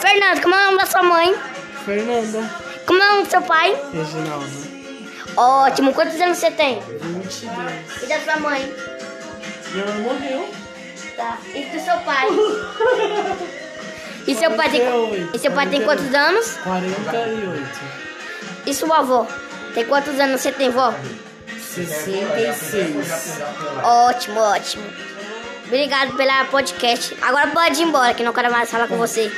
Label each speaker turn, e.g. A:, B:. A: Fernando, como é o nome da sua mãe?
B: Fernanda.
A: Como é o nome do seu pai?
B: Reginaldo.
A: Ótimo, quantos anos você tem?
B: 22.
A: E da sua mãe?
B: Minha mãe morreu.
A: Tá. E do seu pai? E seu pai tem,
B: Quarenta e oito.
A: e seu pai tem quantos anos?
B: 48.
A: E sua avó? Tem quantos anos você tem, vó?
B: 66.
A: Ótimo, ótimo. Obrigado pela podcast. Agora pode ir embora, que não quero mais falar com você.